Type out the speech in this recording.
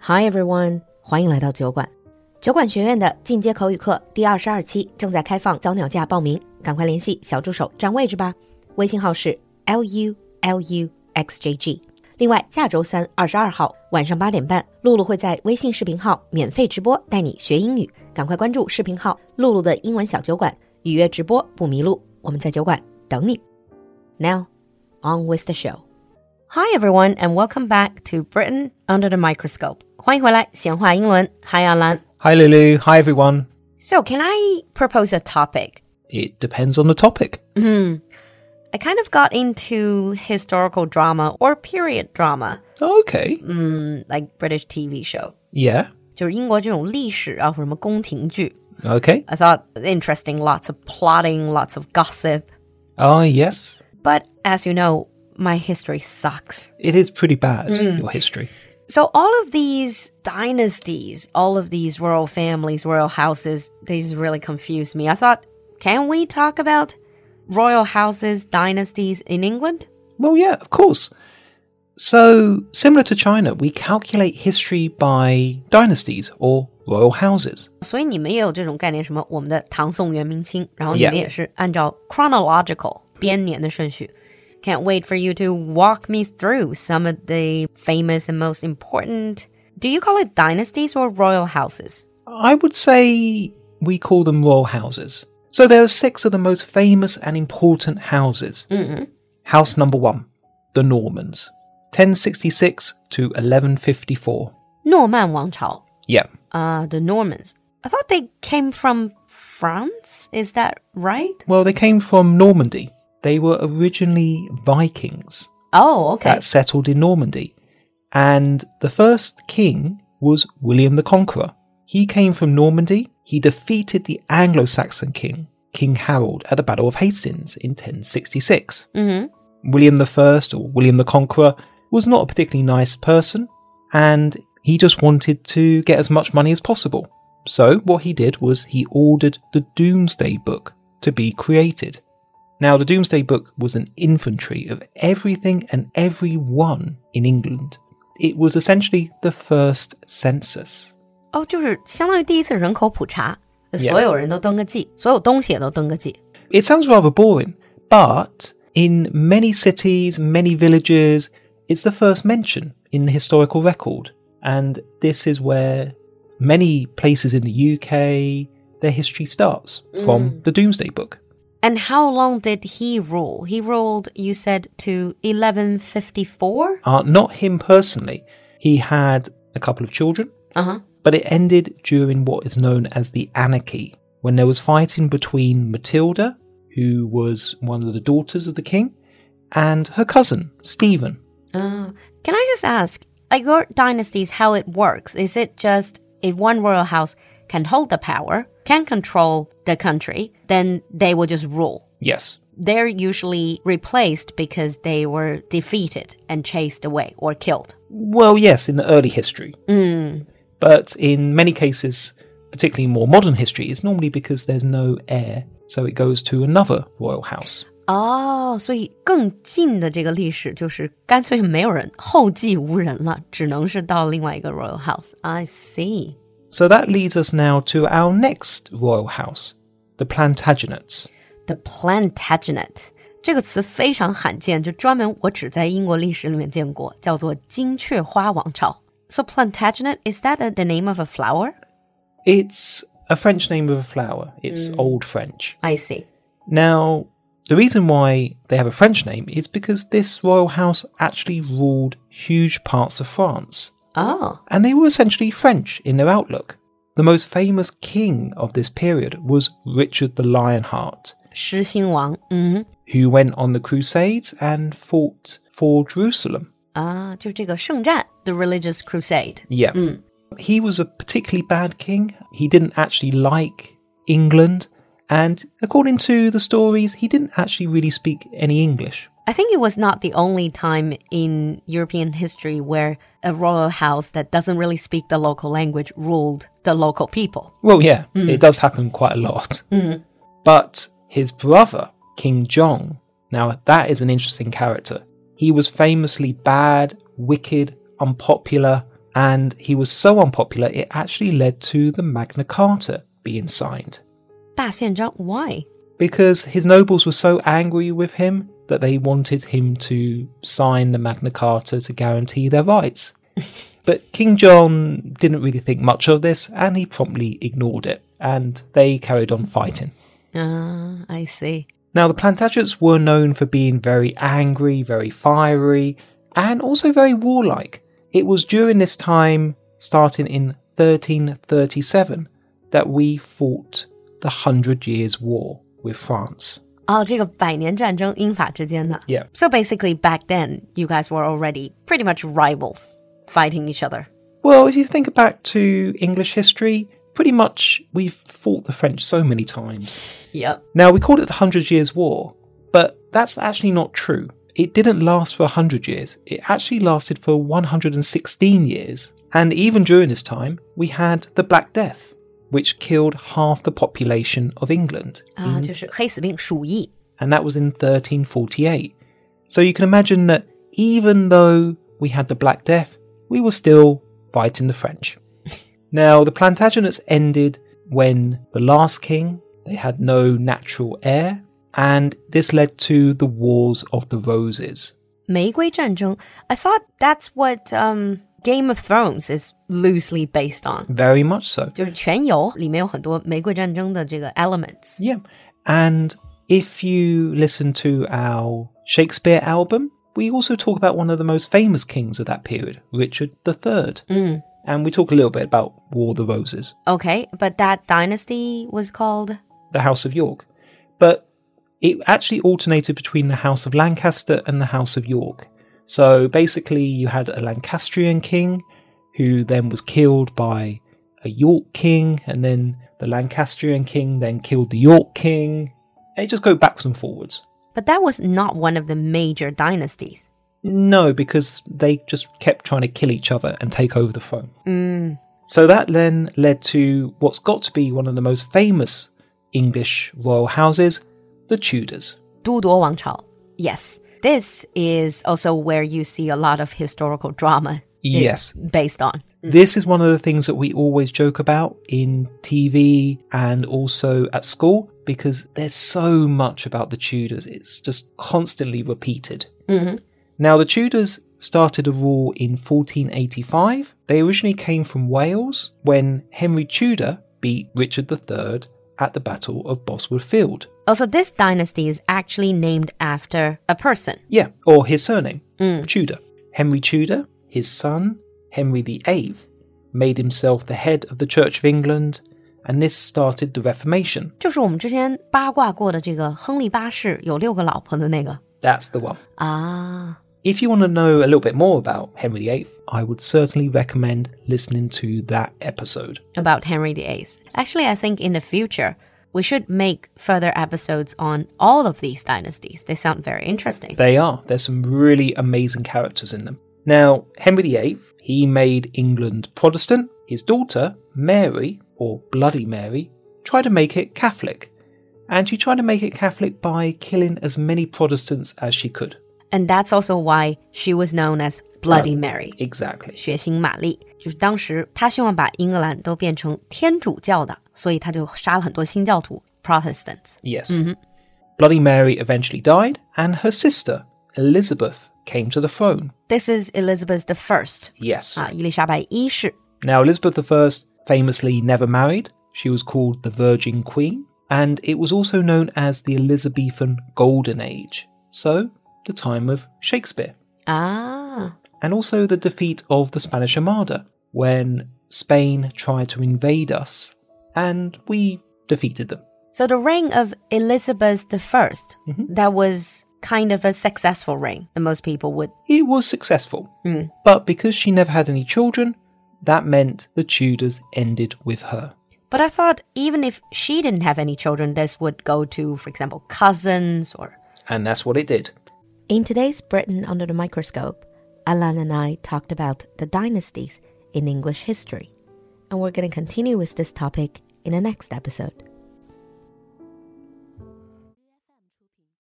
Hi everyone，欢迎来到酒馆。酒馆学院的进阶口语课第二十二期正在开放早鸟价报名，赶快联系小助手占位置吧。微信号是 l u l u x j g。另外，下周三二十二号晚上八点半，露露会在微信视频号免费直播，带你学英语。赶快关注视频号“露露的英文小酒馆”，预约直播不迷路。我们在酒馆等你。Now, on with the show. Hi everyone, and welcome back to Britain under the microscope. 欢迎回来，闲话英伦。Hi Alan. Hi Lulu, hi everyone. So, can I propose a topic? Hmm. It depends on the topic. I kind of got into historical drama or period drama, Okay. mm, like British TV show. Yeah. 就是英国这种历史啊，或者什么宫廷剧。I Okay. thought interesting, lots of plotting, lots of gossip. Ah, yes. But as you know, my history sucks. It is pretty bad, your history. So all of these dynasties, all of these royal families, royal houses, these really confused me. I thought, can we talk about royal houses, dynasties in England? Well, yeah, of course. So, similar to China, we calculate history by dynasties or royal houses. 所以你们也有这种概念，什么我们的唐宋元明清，然后你们 Yeah. 也是按照 chronological 编年的顺序。Can't wait for you to walk me through some of the famous and most important. Do you call it dynasties or royal houses? I would say we call them royal houses. So, there are six of the most famous and important houses. House number one, the Normans, 1066 to 1154. 诺曼王朝。 Yeah. uh, the Normans. I thought they came from France. Is that right? Well, they came from Normandy. They were originally Vikings Oh, okay. that settled in Normandy. And the first king was William the Conqueror. He came from Normandy. He defeated the Anglo Saxon king, King Harold, at the Battle of Hastings in 1066. hmm William the First, or William the Conqueror, was not a particularly nice person, and he just wanted to get as much money as possible. So, what he did was he ordered the Doomsday Book to be created. Now, the Doomsday Book was an inventory of everything and everyone in England. It was essentially the first census. 哦，Oh, 就是相当于第一次人口普查，就 Yeah. 所有人都登个记，所有东西也都登个记。 It sounds rather boring, but in many cities, many villages, it's the first mention in the historical record. And this is where many places in the UK, their history starts from the Doomsday Book. And how long did he rule? He ruled, you said, to 1154? Uh, not him personally. He had a couple of children, Uh huh. but it ended during what is known as the anarchy, when there was fighting between Matilda, who was one of the daughters of the king, and her cousin, Stephen. Oh. Can I just ask, like your dynasties, how it works? Is it just if one royal house can hold the power, can control the country, then they will just rule? Yes. they're usually replaced because they were defeated and chased away or killed. Well, yes, in the early history. Mm. But in many cases, particularly more modern history, it's normally because there's no heir, so it goes to another royal house. Oh, 哦，所以更近的这个历史就是干脆没有人，后继无人了，只能是到另外一个 royal house. I see. So that leads us now to our next royal house, the Plantagenets. The Plantagenet 这个词非常罕见，就专门我只在英国历史里面见过，叫做金雀花王朝。So Plantagenet is that a, the name of a flower? It's a French name of a flower, it's Old French. I see. Now, the reason why they have a French name is because this royal house actually ruled huge parts of France. Oh. and they were essentially French in their outlook. The most famous king of this period was Richard the Lionheart, 狮心王，嗯。 who went on the Crusades and fought for Jerusalem. 啊，就这个圣战，The Religious Crusade。 Yeah. Mm. He was a particularly bad king. He didn't actually like England, and according to the stories, he didn't actually really speak any English. I think it was not the only time in European history where a royal house that doesn't really speak the local language ruled the local people. Well, yeah, it does happen quite a lot. Mm. But his brother, King Jong, now that is an interesting character. He was famously bad, wicked, unpopular, and he was so unpopular it actually led to the Magna Carta being signed. 大宪章，Why？ because his nobles were so angry with him that they wanted him to sign the Magna Carta to guarantee their rights. but King John didn't really think much of this and he promptly ignored it, and they carried on fighting. Ah, I see. Now, the Plantagenets were known for being very angry, very fiery, and also very warlike. It was during this time, starting in 1337, that we fought the Hundred Years' War with France. 哦，这个百年战争，英法之间的。 Yeah. So basically, back then, you guys were already pretty much rivals, fighting each other. Well, if you think back to English history, pretty much we've fought the French so many times. Yep. Now, we call it the Hundred Years' War, but that's actually not true. It didn't last for 100 years, it actually lasted for 116 years. And even during this time, we had the Black Death, which killed half the population of England. 啊，就是黑死病、鼠疫。 and that was in 1348. So you can imagine that even though we had the Black Death, we were still fighting the French. now, the Plantagenets ended when the last king, they had no natural heir, and this led to the Wars of the Roses. 玫瑰战争。I thought that's what um Game of Thrones is loosely based on， Very much so. 就是全游里面有很多玫瑰战争的这个 elements。 Yeah. And if you listen to our Shakespeare album, we also talk about one of the most famous kings of that period, Richard III. 嗯 and we talk a little bit about War of the Roses, ，OK，but、that dynasty was called the House of York. But it actually alternated between the House of Lancaster and the House of York. So basically, you had a Lancastrian king who then was killed by a York king, and then the Lancastrian king then killed the York king. They just go backwards and forwards. But that was not one of the major dynasties. No, because they just kept trying to kill each other and take over the throne. 嗯 So that then led to what's got to be one of the most famous English royal houses, the Tudors. 都铎王朝。Yes. This is also where you see a lot of historical drama is Yes. based on. This is one of the things that we always joke about in TV and also at school because there's so much about the Tudors. It's just constantly repeated. Mm-hmm. Now, the Tudors started a rule in 1485. They originally came from Wales when Henry Tudor beat Richard III at the Battle of Bosworth Field. Also, this dynasty is actually named after a person. Yeah, or his surname. Mm. Tudor. Henry Tudor, his son, Henry VIII, made himself the head of the Church of England, and this started the Reformation. 就是我们之前八卦过的这个亨利八世有六个老婆的那个 That's the one. 啊。 If you want to know a little bit more about Henry VIII, I would certainly recommend listening to that episode. About Henry VIII. Actually, I think in the future we should make further episodes on all of these dynasties. They sound very interesting. They are. There's some really amazing characters in them. Now, Henry VIII, he made England Protestant. His daughter, Mary, or Bloody Mary, tried to make it Catholic. And she tried to make it Catholic by killing as many Protestants as she could. And that's also why she was known as Bloody Mary. Um, Exactly. 血腥玛丽，就是当时她希望把英格兰都变成天主教的，所以她就杀了很多新教徒 Protestants。 Yes. Mm-hmm. Bloody Mary eventually died, and her sister, Elizabeth, came to the throne. This is Elizabeth the First Yes. 啊，伊丽莎白一世。 Now, Elizabeth I famously never married. She was called the Virgin Queen, and it was also known as the Elizabethan Golden Age. So, the time of Shakespeare, 啊， and also the defeat of the Spanish Armada when Spain tried to invade us and we defeated them. So the reign of Elizabeth the 1st that was kind of a successful reign, and most people would. It was successful, Mm. but because she never had any children, that meant the Tudors ended with her. But I thought even if she didn't have any children, this would go to, for example, cousins or. And that's what it did. In today's Britain Under the Microscope, Alan and I talked about the dynasties in English history, and we're going to continue with this topic in the next episode.